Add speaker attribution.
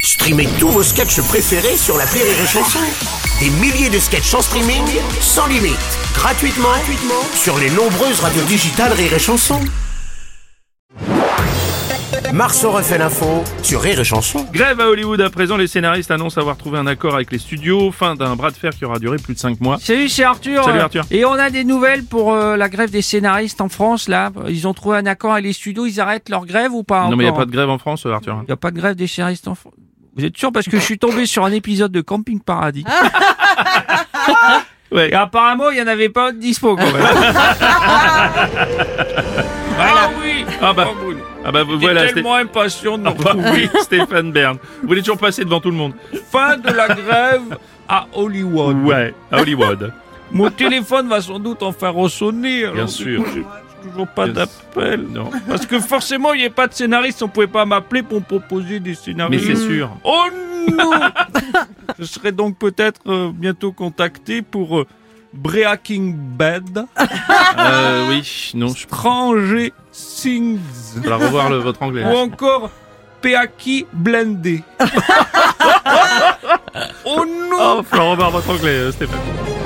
Speaker 1: Streamez tous vos sketchs préférés sur la Rire et Chanson. Des milliers de sketchs en streaming, sans limite, gratuitement, gratuitement sur les nombreuses radios digitales Rire et Chanson. Marceau refait l'info sur Rire et Chanson.
Speaker 2: Grève à Hollywood à présent, les scénaristes annoncent avoir trouvé un accord avec les studios, fin d'un bras de fer qui aura duré plus de 5 mois.
Speaker 3: Salut, c'est Arthur.
Speaker 2: Salut, Arthur.
Speaker 3: Et on a des nouvelles pour euh, la grève des scénaristes en France, là. Ils ont trouvé un accord avec les studios, ils arrêtent leur grève ou pas
Speaker 2: Non mais il n'y a pas de grève en France, euh, Arthur.
Speaker 3: Y a pas de grève des scénaristes en France. Vous êtes sûr Parce que je suis tombé sur un épisode de Camping Paradis.
Speaker 2: Ouais.
Speaker 3: Et apparemment, il n'y en avait pas de dispo, quand même. Ah oui
Speaker 2: Ah bah,
Speaker 3: Oh, Bruno.
Speaker 2: ah bah vous-
Speaker 3: T'es
Speaker 2: voilà, c'était...
Speaker 3: tellement impatient de nous
Speaker 2: Ah bah
Speaker 3: retrouver.
Speaker 2: oui, Stéphane Bern. Vous voulez toujours passer devant tout le monde
Speaker 3: Fin de la grève à Hollywood.
Speaker 2: Ouais, à Hollywood.
Speaker 3: Mon téléphone va sans doute en faire ressonner. alors
Speaker 2: Bien
Speaker 3: du
Speaker 2: sûr.
Speaker 3: coup, j'ai Toujours pas
Speaker 2: Bien
Speaker 3: d'appel.
Speaker 2: Non.
Speaker 3: Parce que forcément, il n'y a pas de scénariste, on pouvait pas m'appeler pour me proposer des
Speaker 2: Mais
Speaker 3: scénaristes.
Speaker 2: c'est sûr.
Speaker 3: Oh non Je serai donc peut-être euh, bientôt contacté pour euh, Breaking Bad,
Speaker 2: Euh, oui, non, je...
Speaker 3: Stranger Things
Speaker 2: Il faudra revoir le- votre anglais.
Speaker 3: ou encore Peaki Blendé. oh non
Speaker 2: Oh, faudra revoir votre anglais, euh, Stéphane.